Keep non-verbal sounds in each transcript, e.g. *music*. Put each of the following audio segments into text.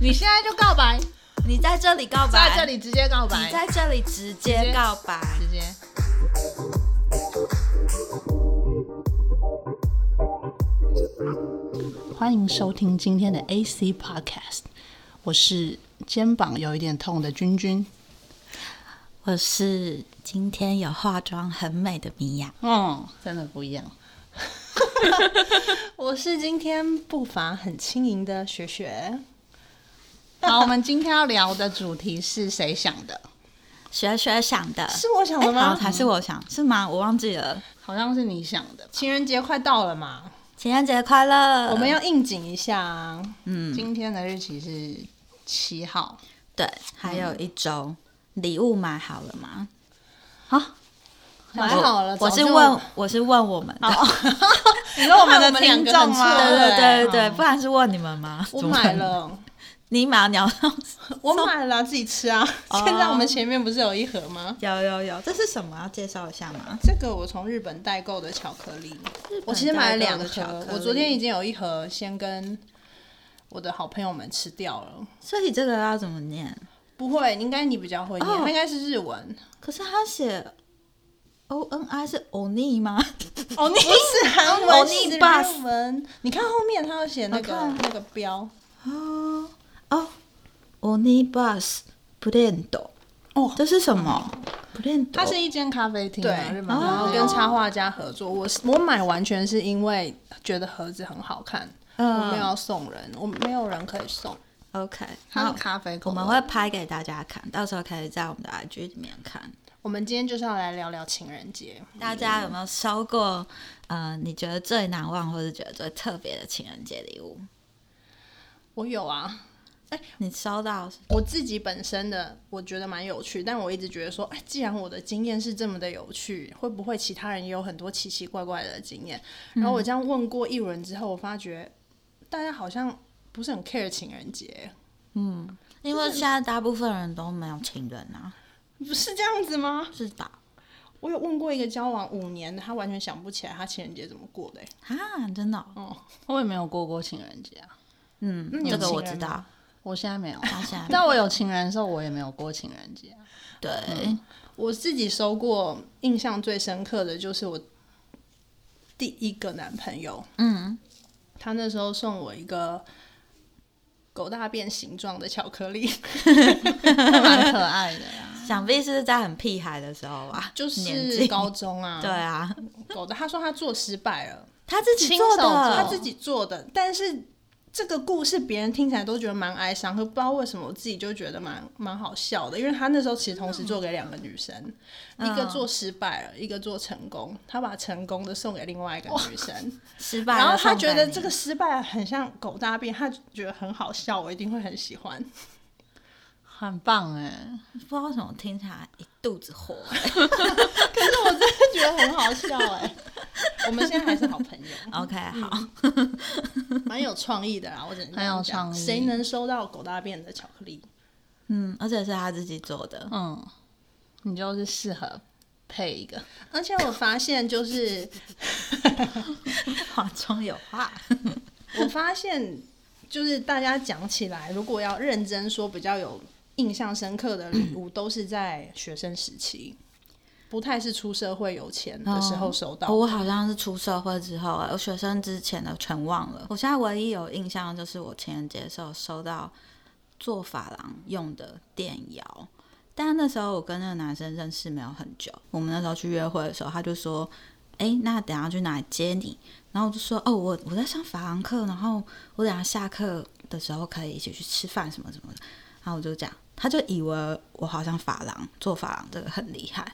你现在就告白，你在这里告白，在这里直接告白，你在这里直接告白。直接。欢迎收听今天的 AC Podcast，我是肩膀有一点痛的君君。我是今天有化妆很美的米娅，嗯，真的不 *laughs* 一样。我是今天步伐很轻盈的雪 *laughs* 雪，好，我们今天要聊的主题是谁想的？雪雪啊想的，是我想的哎好吗？还是我想是吗？我忘记了。好像是你想的。情人节快到了嘛，情人节快乐！嗯我们要应景一下啊。今天的日期是七号，对，还有一周，礼物买好了吗？买好了，我早是就问，我是问我们的， *laughs* *laughs* 你说我们的我们两听个众吗？很啊对对错对对对对，不然是问你们吗？啊我怎么可买能，了，你买了，你要 *laughs* 我买了啊，自己吃啊。现在我们前面不是有一盒吗？有有有，这是什么？要介绍一下吗？这个我从日本代购的巧克力，我其实买了两盒，我昨天已经有一盒先跟我的好朋友们吃掉了。所以这个要怎么念？不会，应该你比较会念，哦它应该是日文。可是他写 O N I 是 Oni 吗？哦，你是韩哦文，你是爸日文。你看后面他有写那个我看那个标，哦哦，Oni Bus Blend 哦这是什么？Blend 它是一间咖啡厅对啊，日，本哦然咖后啡跟厅。插画家合作。我是我买完全是因为觉得盒子很好看，我没有嗯要送人，我没有人可以送。 ，OK，它是好，咖啡口我味，们会拍给大家看，到时候可以在我们的 IG 里面看。我们今天就是要来聊聊情人节，大家有没有收过？呃，你觉得最难忘或者觉得最特别的情人节礼物？哎我有啊。你收到是我自己本身的我觉得蛮有趣，但我一直觉得说，哎，既然我的经验是这么的有趣，会不会其他人也有很多奇奇怪怪的经验？嗯然后我这样问过一轮之后，我发觉大家好像不是很 care 情人节，因为现在大部分人都没有情人啊，不是这样子吗？是的啊我有问过一个交往五年的，他完全想不起来他情人节怎么过的、欸。，真的哦、我也没有过过情人节啊，嗯那，你有这个我情人知道，我现在没有。啊他 *laughs* 现在但我有情人的时候，我也没有过情人节啊。对，我自己收过印象最深刻的就是我第一个男朋友，嗯，他那时候送我一个狗大便形状的巧克 *laughs* 力，蛮可爱的呀。想必是在很屁孩的时候吧， *laughs* 就年是纪高中啊， *laughs* 对，啊，狗的。他说他做失败了，他自己亲做手的，做，他自己做的，但是。这个故事别人听起来都觉得蛮哀伤，可不知道为什么我自己就觉得蛮蛮好笑的，因为他那时候其实同时做给两个女生，嗯一个做失败了，一个做成功，他把成功的送给另外一个女生，失败了然后他送觉给得你这个失败很像狗大便，他觉得很好笑，我一定会很喜欢。 *laughs* 很棒哎、不知道为什么听起来一肚 *laughs* 子火，觉得很好笑哎、 *laughs* 我们现在还是好朋友， OK，好，蛮有创意的啦。我只能这很有样讲创意谁能收到狗大便的巧克力？嗯，而且是他自己做 *laughs* 的，嗯，你就是适合配一个。而且我发现，就是话中有话，我发现，就是大家讲起来，如果要认真说比较有印象深刻的礼物，都是在学生时期，不太是出社会有钱的时候收到。哦我好像是出社会之后、欸，我学生之前的全忘了。我现在唯一有印象的就是我情人节的时候收到做发廊用的电摇，但那时候我跟那个男生认识没有很久，我们那时候去约会的时候，他就说。哎、那等下去哪里接你？然后我就说，哦，我我在上法廊课，然后我等下下课的时候可以一起去吃饭什么什么的。然后我就这样，他就以为我好像法郎做法郎这个很厉害，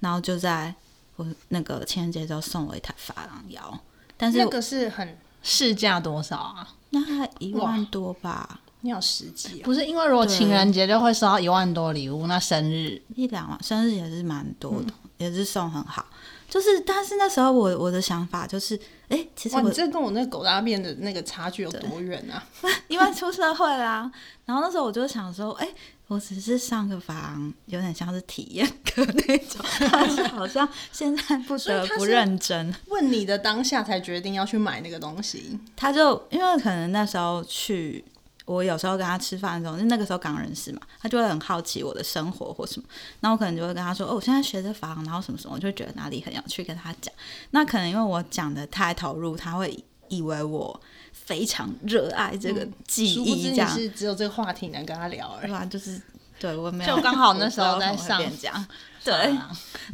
然后就在我那个情人节之后送我一台法郎摇，但是那我个是很，市价多少啊？那还一万多吧，你好实际、哦。不是因为如果情人节就会收到一万多礼物，那生日一两万，生日也是蛮多嗯的，也是送很好。就是，但是那时候我我的想法就是，哎、其实哇，我你这跟我那狗大便的那个差距有多远啊？因为出社会啦、然后那时候我就想说，哎、我只是上个房，有点像是体验课那 *laughs* 种，但是好像现在不得不认真。问你的当下才决定要去买那个东西，他就因为可能那时候去，我有时候跟他吃饭的时候，因为那个时候刚认识嘛，他就会很好奇我的生活或什么。那我可能就会跟他说，哦，我现在学着法郎，然后什么什么，我就觉得哪里很有趣，跟他讲。那可能因为我讲的太投入，他会以为我非常热爱这个技嗯殊不知艺，这你样、是只有这个话题能跟他聊而对已。吧？就是对我没有，就刚好那时候在上讲。对，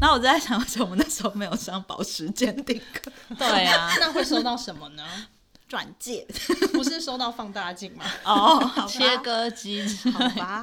然后我就在想，为什么那时候没有上保时捷定格 *laughs* 对啊，那会收到什么呢？转介？不是收到放大镜吗？哦，好吧切割机制，好吧，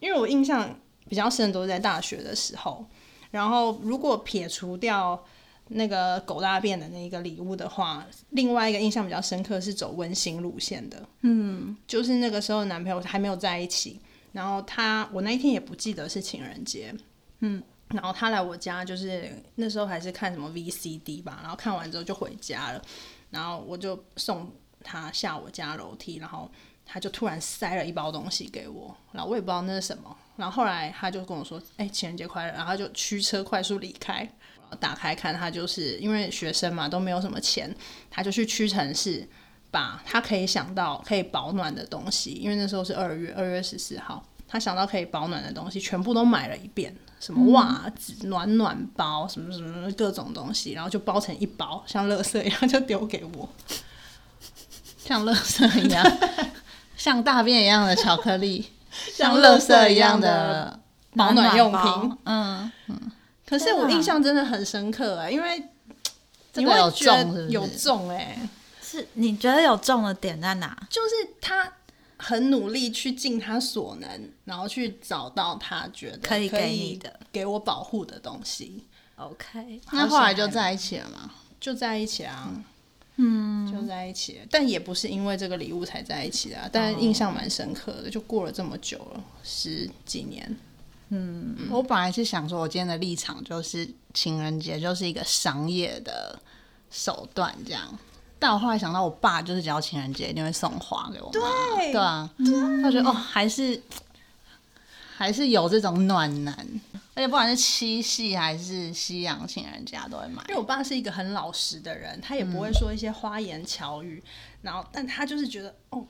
因为我印象比较深的都是在大学的时候，然后如果撇除掉那个狗大便的那一个礼物的话，另外一个印象比较深刻是走温馨路线的，嗯，就是那个时候男朋友还没有在一起，然后他我那一天也不记得是情人节，嗯。然后他来我家，就是那时候还是看什么 VCD 吧，然后看完之后就回家了，然后我就送他下我家楼梯，然后他就突然塞了一包东西给我，然后我也不知道那是什么。然后后来他就跟我说：“哎、情人节快乐！”然后他就驱车快速离开。然后打开看，他就是因为学生嘛，都没有什么钱，他就去屈臣氏把他可以想到可以保暖的东西，因为那时候是二月二月十四号，他想到可以保暖的东西全部都买了一遍，什么袜子、暖暖包，什么什么什么各种东西，然后就包成一包，像垃圾一样 *laughs* 就丢给我。像垃圾 *laughs* 一样，像大便一样的巧克力， *laughs* 像垃垃圾圾一一样样的的保暖用包品。，嗯，可是天我啊印象真的很深刻哎、因为这你个有会觉重是得不有是？重哎、是你觉得有中的点在哪？就是他很努力去尽他所能，然后去找到他觉得可以可给以你的给我保护的东西， OK，那后来就在一起了嘛？就在一起啊。嗯，就在一起，但也不是因为这个礼物才在一起的、哦啊，但印象蛮深刻的，就过了这么久了，十几年，我本来是想说，我今天的立场就是情人节就是一个商业的手段这样，但我后来想到，我爸就是只要情人节一定会送花给我妈，对对啊，他觉得哦，还是还是有这种暖男，而且不管是七夕还是西洋情人节啊都会买因，为我爸是一个很老实的人，他也不会说一些花言巧语，然后但他就是觉得，哦，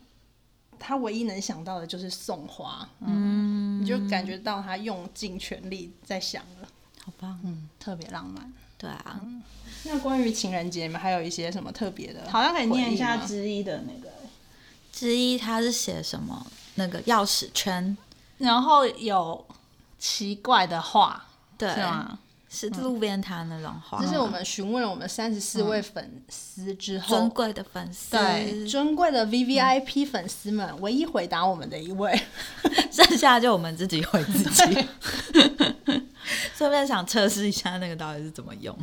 他唯一能想到的就是送花，嗯，你就感觉到他用尽全力在想了。好棒，嗯，特别浪漫。对啊，那关于情人节，你们还有一些什么特别的？好像可以念一下回忆吗之一的那个，之一他是写什么？那个钥匙圈，然后有奇怪的话，对是，吗？是路边摊那种花，这是我们询问了我们三十四位粉丝之后，尊贵的粉丝，对尊贵的 V V I P 粉丝们唯一回答我们的一 *laughs* 位，剩下就我们自己回自己。顺便想测试一下那个到底是怎么用。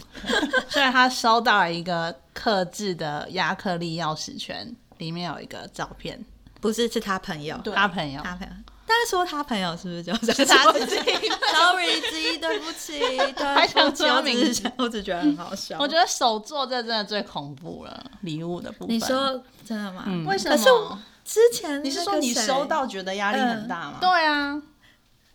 所以他收到了一个刻制的亚克力钥匙圈，里面有一个照片，不是，是他朋友，他朋友，他朋友。但是说他朋友是不是就是是他自己 *laughs* ？Sorry，自己对不起，对不起，还想说我只名是字想，我只觉得很好笑。我觉得手做这真的最恐怖了，礼物的部分。你说真的吗？为什可是么？之前你是那个说你谁收？到觉得压力很大吗？对，啊，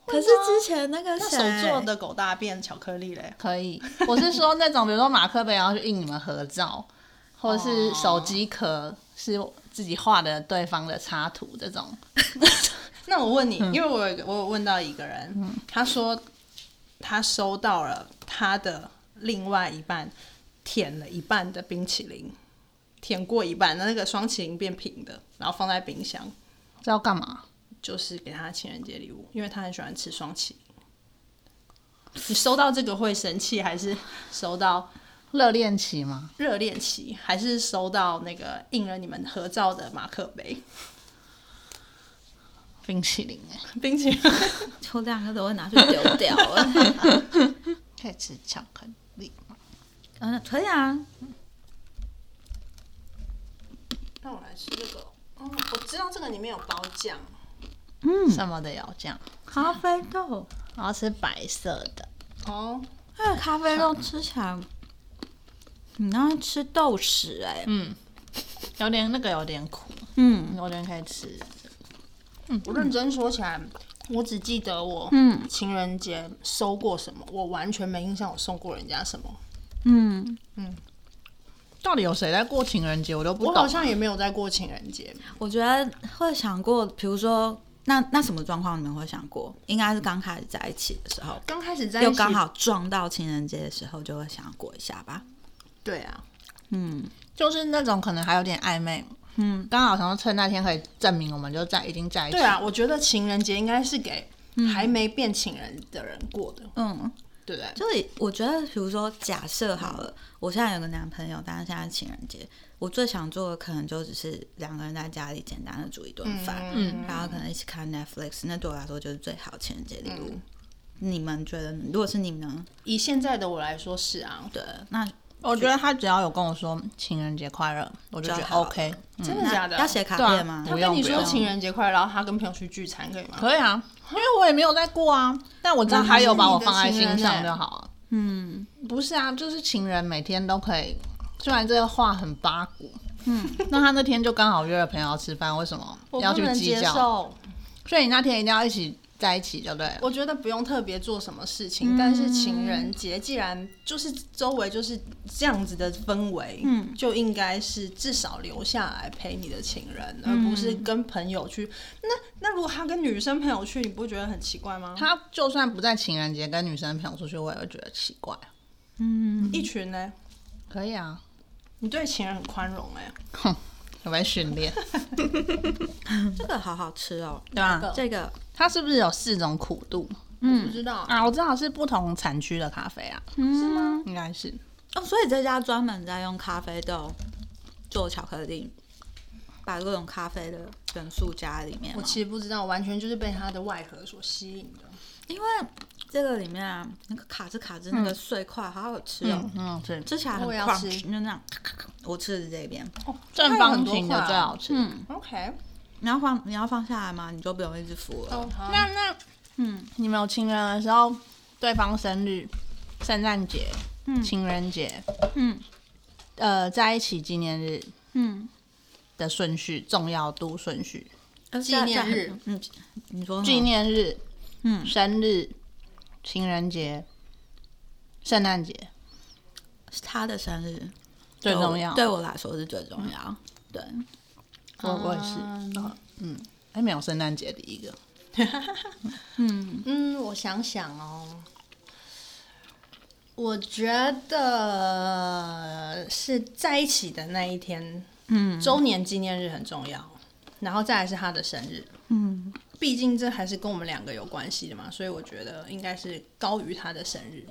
可是之前那个那谁手做的狗大便巧克力嘞？可以。我是说那种，比如说马克杯，然后去印你们合 *laughs* 照，或者是手机壳是自己画的对方的插图这种。那我问你，嗯因为我有一个我有问到一个人，他说他收到了他的另外一半舔了一半的冰淇淋，舔过一半，那个双淇淋变平的，然后放在冰箱，这要干嘛？就是给他情人节礼物，因为他很喜欢吃双淇淋。你收到这个会生气，还是收到热恋期吗？热恋期，还是收到那个印了你们合照的马克杯 *laughs* 冰淇淋哎、冰淇淋？我两个都会拿去丢掉啊了。可以吃巧克力吗？嗯，可以啊，那我来吃这个。哦，我知道这个里面有包酱，什么的有酱，咖啡豆，然后吃白色的。哦，那个咖啡豆吃起来，你那吃豆豉哎、嗯，有点那个有点苦，嗯有点可以吃。我认真说起来，我只记得我嗯情人节收过什么，我完全没印象我送过人家什么。嗯，但到底有谁在过情人节，我都不我懂。好像也没有在过情人节，我觉得会想过，比如说，那那什么状况你们会想过？应该是刚开始在一起的时候，刚开始在一又起刚好撞到情人节的时候，就会想过一下吧。嗯对啊，就是那种可能还有点暧昧，嗯，刚好想要趁那天可以证明我们就在已经在一起。对啊，，我觉得情人节应该是给嗯还没变情人的人过的，嗯，对不对？就我觉得，比如说，假设好了，我现在有个男朋友，但是现在是情人节，我最想做的可能就只是两个人在家里简单的煮一顿饭，嗯然后可能一起看 Netflix，那对我来说就是最好的情人节嗯礼物。你们觉得呢，如果是你们呢？嗯以现在的我来说是嗯啊，对，那我觉得他只要有跟我说情人节快乐，我就觉就得好 OK，嗯真的那假的？要写卡对啊片吗？他不跟用你不说用情人节快乐，然后他跟朋友去聚餐可以吗？可以啊，因为我也没有在过啊，但我知道他有把我放在心上欸就好了。嗯，不是啊，就是情人每天都可以，虽然这个话很八股，嗯， *laughs* 那他那天就刚好约了朋友要吃饭，为什么我要不去能计接较？受，所以你那天一定要一起在一起就对了。我觉得不用特别做什么事嗯情，但是情人节既然就是周围就是这样子的氛围，嗯，就应该是至少留下来陪你的情人，嗯而不是跟朋友去。那那如果他跟女生朋友去，你不觉得很奇怪吗？他就算不在情人节跟女生朋友出去，我也会觉得奇怪。嗯一群呢？可以啊，你对情人很宽容哎、有没有训 *laughs* 练？这个好好吃哦。对吧、嗯这个它是不是有四种苦度我不知道。啊？我知道是不同产区的咖啡啊，是吗？应该是。哦，所以这家专门在用咖啡豆做巧克力，把各种咖啡的元素加在里面我嘛。其实不知道，完全就是被他的外壳所吸引的。因为这个里面啊，那个卡兹卡兹那个碎块好好吃哦，嗯嗯，是吃起来很我也要 crunch，吃就那样咔咔咔。我吃的是这边，哦，正方形的最好吃。嗯， OK，你要放你要放下来吗？你就不用一直扶了。哦好，那那嗯，你们有情人的时候，对方生日、圣诞节、情人节，嗯，呃，在一起纪念日嗯，的顺序、重要度顺序，呃纪念日，嗯，你说纪什么念日、嗯生日、情人节、圣诞节是他的生日最对我重要。对我来说是最重要。对，我我也是，嗯啊嗯嗯，哎，没有圣诞节第一个，嗯，嗯，我想想哦，我觉得是在一起的那一天，嗯，周年纪念日很重要，然后再来是他的生日，嗯，毕竟这还是跟我们两个有关系的嘛，所以我觉得应该是高于他的生日。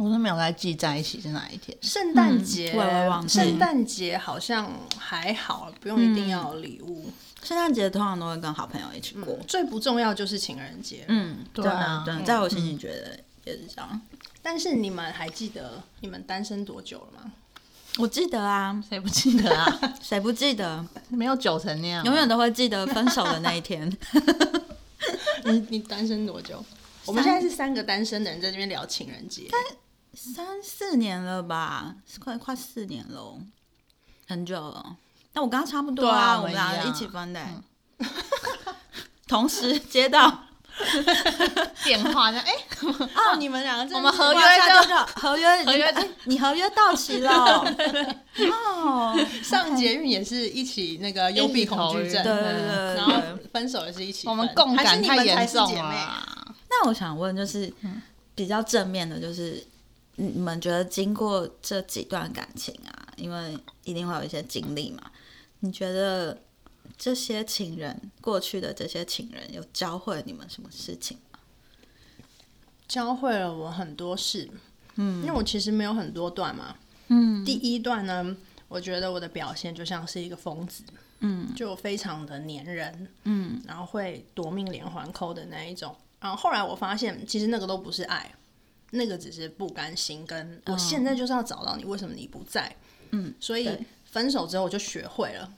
我都没有在记在一起是哪一天。圣诞嗯节我也忘，记圣诞节好像还好，不用一定要有礼物。圣诞节通常都会跟好朋友一起过。最不重要就是情人节，嗯，对啊对，嗯在我心里觉得也是这样。但是你们还记得你们单身多久了吗？我记得啊，谁不记得 *laughs* 啊？谁不记得？没有久成那样，啊永远都会记得分手的那一天。嗯你 *laughs* 你单身多久？我们现在是三个单身的人在这边聊情人节， *laughs* 三四年了吧，快快四年喽，很久了。那我跟他差不多对啊啊，我我们们一俩样一起分的欸、 *laughs* 同时接到电话这样。哎，哦，你们两个真的是我们合约哇下就就是合约已经合约就哎你合约到期了哦，上捷运也是一起那个幽闭恐惧症，对对对然对后。分手也是一起分，我们共还感是你太们才严是重姐了啊妹。啦。那我想问，就是比较正面的，就是你你们觉得经过这几段感情啊，因为一定会有一些经历嘛，你觉得这些情人过去的这些情人有教会你们什么事情吗？教会了我很多事，嗯，因为我其实没有很多段嘛，嗯，第一段呢，我觉得我的表现就像是一个疯子，嗯，就非常的粘人，嗯，然后会夺命连环扣的那一种。然后后来我发现，其实那个都不是爱，那个只是不甘心，跟我现在就是要找到你，为什么你不在？嗯，所以对分手之后我就学会了，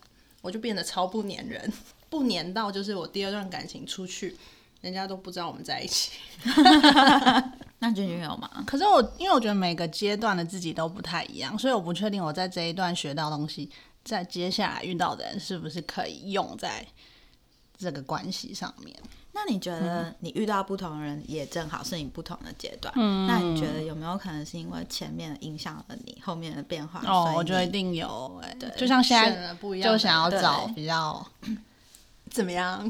我就变得超不粘人，不粘到就是我第二段感情出去，人家都不知道我们在一起。那君君有吗？ *laughs* 可是我，因为我觉得每个阶段的自己都不太一样，所以我不确定我在这一段学到的东西，在接下来遇到的人是不是可以用在这个关系上面。那你觉嗯得你遇到不同人，也正好是你不同的阶段。嗯，那你觉得有没有可能是因为前面影响了你后面的变化？所哦以，我觉得一你定有哎、就像现选了在不一样的就想要对找比较，怎么样？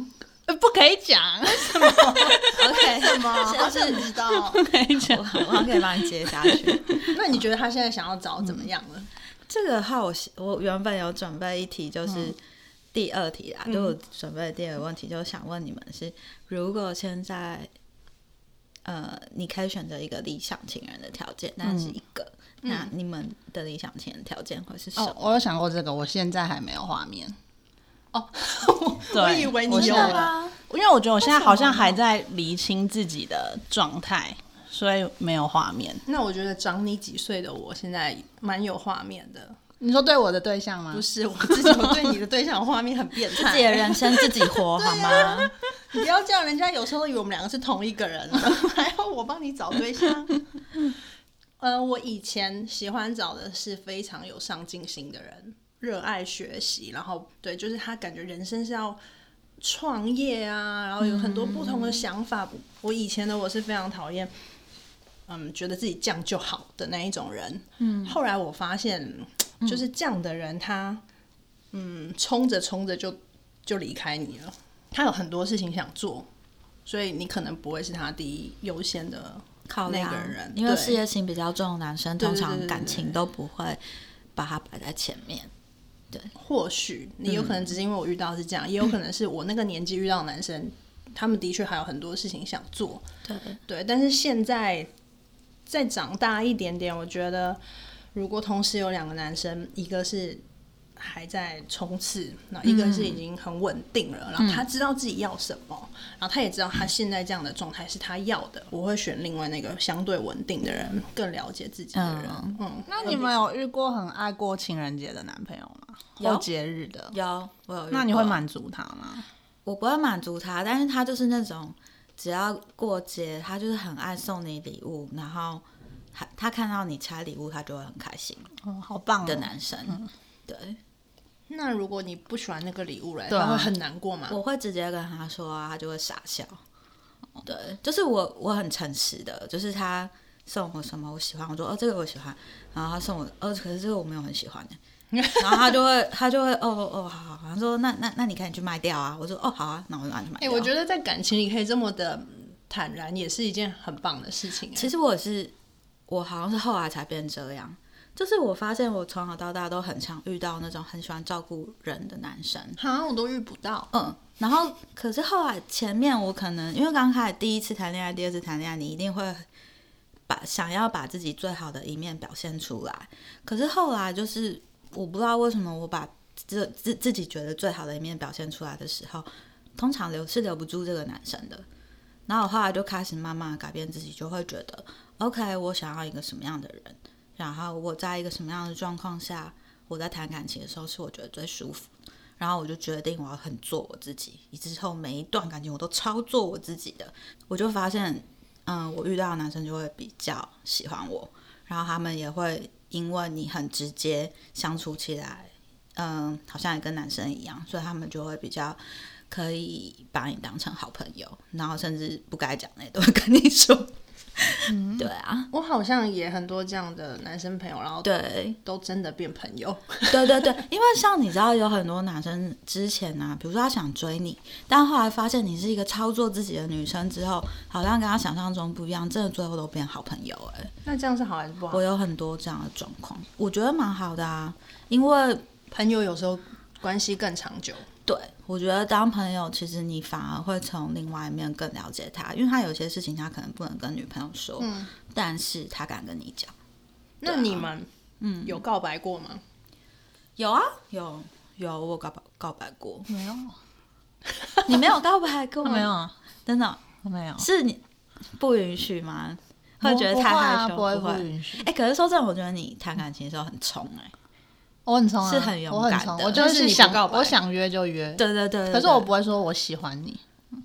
呃不可以 *laughs* 讲， OK 什么？我是知道。不可 *laughs* 以讲。我我可以帮你接下 *laughs* 去。 *laughs* 那你觉得他现在想要找怎么样了？这个的话我是我原本有准备一题，嗯就是第二题啦，就我准备的第二个问题，就想问你们是，如果现在，呃，你可以选择一个理想情人的条件，那嗯是一个，那你们的理想情人条件会是什哦么？，我有想过这个，我现在还没有画面。哦我以为你我有现在了，因为我觉得我现在好像还在厘清自己的状态，所以没有画面。那我觉得长你几岁的我现在蛮有画面的，你说对我的对象吗不？是我自己，我对你的对象有画面很变态。自己的人生自己 *laughs* 活啊好吗？ *laughs* 你不要这样，人家有时候以为我们两个是同一个人 *laughs* 了，还要我帮你找对象。呃，我以前喜欢找的是非常有上进心的人，热爱学习，然后对，就是他感觉人生是要创业啊，然后有很多不同的想法。我以前的我是非常讨厌，嗯，觉得自己这样就好的那一种人。嗯，后来我发现，就是这样的人，他嗯，冲着冲着就就离开你了。他有很多事情想做，所以你可能不会是他第一优先的。考量那个人因为对事业心比较重的男生，通对对常对感对情都不会把它摆在前面。或许你有可能只是因为我遇到是这样，也有可能是我那个年纪遇到的男生，他们的确还有很多事情想做。对，对，但是现在再长大一点点，我觉得如果同时有两个男生，一个是还在冲刺，那一嗯个是已经很稳定了，然后他知道自己要什么，然后他也知道他现在这样的状态是他要的，我会选另外那个相对稳定的人，更了解自己的人。嗯嗯，那你们有遇过很爱过情人节的男朋友吗？有或节日的？有我有遇过。那你会满足他吗？我不会满足他，但是他就是那种只要过节，他就是很爱送你礼物，然后他他看到你拆礼物，他就会很开心哦，好棒的哦！男生。嗯对，那如果你不喜欢那个礼物嘞，对啊他会很难过吗？我会直接跟他说啊，他就会傻笑。哦对，就是我我很诚实的，就是他送我什么我喜欢，我说哦这个我喜欢，然后他送我哦可是这个我没有很喜 *laughs* 欢的，然后他就会他就会哦哦哦好好好，他说那那那你可以去卖掉啊，我说哦好啊，那我就拿去卖哎、掉。我觉得在感情里可以这么的坦然，也是一件很棒的事情、哎其实我也是，我好像是后来才变这样。就是我发现我从小到大都很常遇到那种很喜欢照顾人的男生，哈，我都遇不到。嗯，然后可是后来前面我可能因为刚开始第一次谈恋爱，第二次谈恋爱，你一定会把想要把自己最好的一面表现出来。可是后来就是我不知道为什么我把自自自己觉得最好的一面表现出来的时候，通常留是留不住这个男生的。然后我后来就开始慢慢地改变自己，就会觉得 OK，我想要一个什么样的人，然后我在一个什么样的状况下，我在谈感情的时候是我觉得最舒服。然后我就决定我要很做我自己，以之后每一段感情我都超做我自己的。我就发现，嗯、我遇到的男生就会比较喜欢我，然后他们也会因为你很直接相处起来，嗯、好像也跟男生一样，所以他们就会比较可以把你当成好朋友，然后甚至不该讲的也都会跟你说。 *laughs* 对啊，我好像也很多这样的男生朋友，然后对，都真的变朋友。 *laughs* 对对对，因为像你知道，有很多男生之前啊，比如说他想追你，但后来发现你是一个操作自己的女生之后，好像跟他想象中不一样，真的最后都变好朋友哎、那这样是好还是不好我？有很多这样的状况，我觉得蛮好的啊，因为朋友有时候关系更长久。对我觉得当朋友，其实你反而会从另外一面更了解他，因为他有些事情他可能不能跟女朋友说，但是他敢跟你讲。啊那你们嗯有告白过吗？有啊，有有，我有告白告白过， *laughs* 没有，你没有告白过？ *laughs* 没有，啊，真的哦、没有。是你不允许吗？会觉得不太害啊羞？不会不不允许哎、。可是说真的，我觉得你谈感情的时候很冲哎、我很冲啊，是很勇我很敢冲的我就但是你不想告白我想约就约，对对对对可是我对不会说我喜欢你，嗯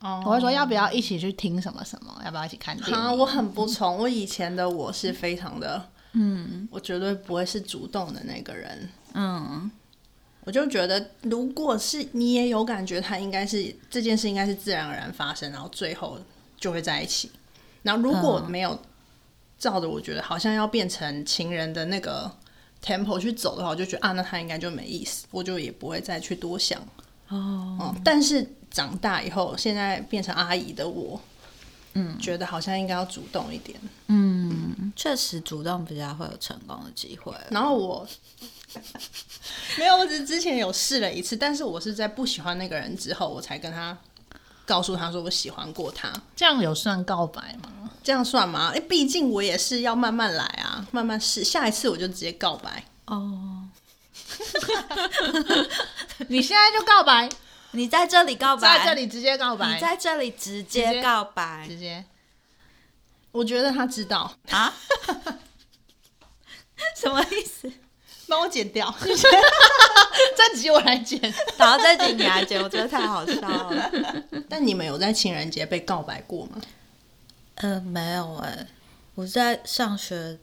哦我会说要不要一起去听什么什么，要不要一起看电啊，影？我很不从。我以前的我是非常的，嗯，我绝对不会是主动的那个人。嗯，我就觉得，如果是你也有感觉，他应该是这件事应该是自然而然发生，然后最后就会在一起。然后如果没有照着我觉得好像要变成情人的那个 tempo 去走的话，我就觉得啊，那他应该就没意思，我就也不会再去多想。哦，嗯，但是长大以后，现在变成阿姨的我，嗯，觉得好像应该要主动一点。嗯，确实主动比较会有成功的机会。然后我 *laughs* 没有，我只是之前有试了一次，但是我是在不喜欢那个人之后，我才跟他告诉他说我喜欢过他，这样有算告白 *laughs* 吗？这样算吗？哎，毕竟我也是要慢慢来啊，慢慢试。下一次我就直接告白，哦，你现在就告白，你在这里告白，在这里直接告白，你在这里直直接接告白直接我觉得他知道， *laughs* 啊？什么意思？ *laughs* 帮我剪掉。这集我来剪。然后这集你来剪，我觉得太好笑了。 *laughs* 但你们有在情人节被告白过吗？呃，没有哎、我在上学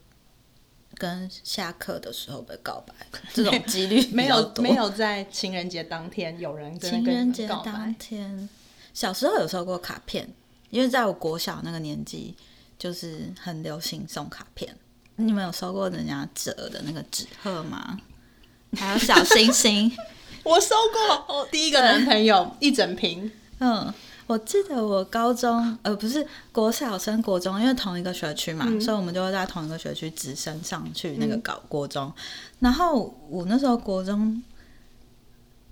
跟下课的时候被告白，这 *laughs* 种几率没比较有，多没。有在情人节当天有人真的情跟你人们节告白当。天，小时候有收过卡片，因为在我国小那个年纪，就是很流行送卡片。你们有收过人家折的那个纸鹤吗？还有小星星。我收过我第一个男朋友一整瓶，嗯，我记得我高中呃不是国小升国中，因为同一个学区嘛，所以我们就会在同一个学区直升上去那个搞国中。然后我那时候国中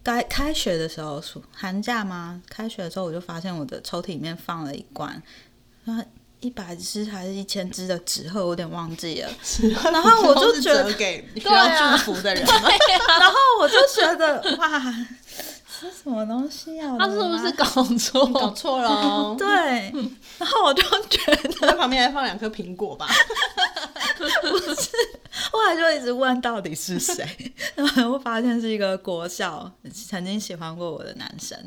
该开学的时候，暑寒假嘛，开学的时候我就发现我的抽屉里面放了一罐，然后一百只还是一千只的纸鹤，我有点忘记了。 *laughs* 然后我就觉得给需对啊要祝福的 *laughs* 人吗？然后我就觉得哇，是什么东西啊？我的他是不是妈搞搞错？错了 *laughs* 哦，对？然后我就觉得。在旁边还放两颗苹果吧。后来就一直问到底 *laughs* 是谁，然后我发现是一个国校曾经喜欢过我的男生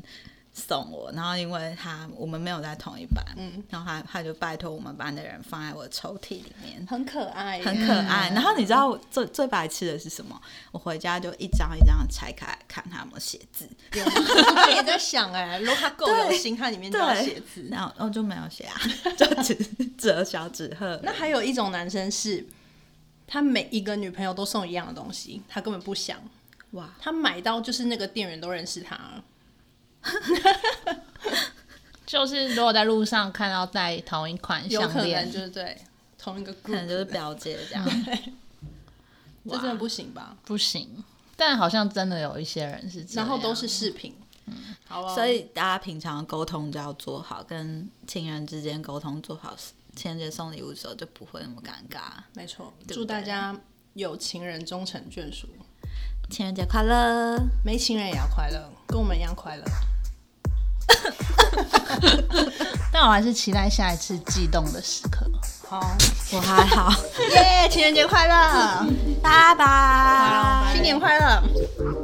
送我，然后因为他我们没有在同一班，嗯，然后他他就拜托我们班的人放在我的抽屉里面。很可爱耶，很可爱，然后你知道我最最白痴的是什么？我回家就一张一张地拆开来看他有没有写字，我也在想哎，如果他够有对心，他里面就要写对，字。然后我就没有写啊， *laughs* 就只折小纸鹤。那还有一种男生是，他每一个女朋友都送一样的东西，他根本不想，哇，他买到就是那个店员都认识他了。就是如果在路上看到戴同一款有项可能链，就是对同一个 group，可能就是表姐这样。这真的不行吧？不行。但好像真的有一些人是这然样，后都是饰品，好啊。所以大家平常沟通就要做好，跟情人之间沟通做好，情人节送礼物的时候就不会那么尴尬。没错，对祝大家有情人终成眷属，情人节快乐！没情人也要快乐，跟我们一样快乐。但我还是期待下一次悸动的时刻。好，我还好， *laughs* 耶！情人节快乐，拜拜，新年快乐。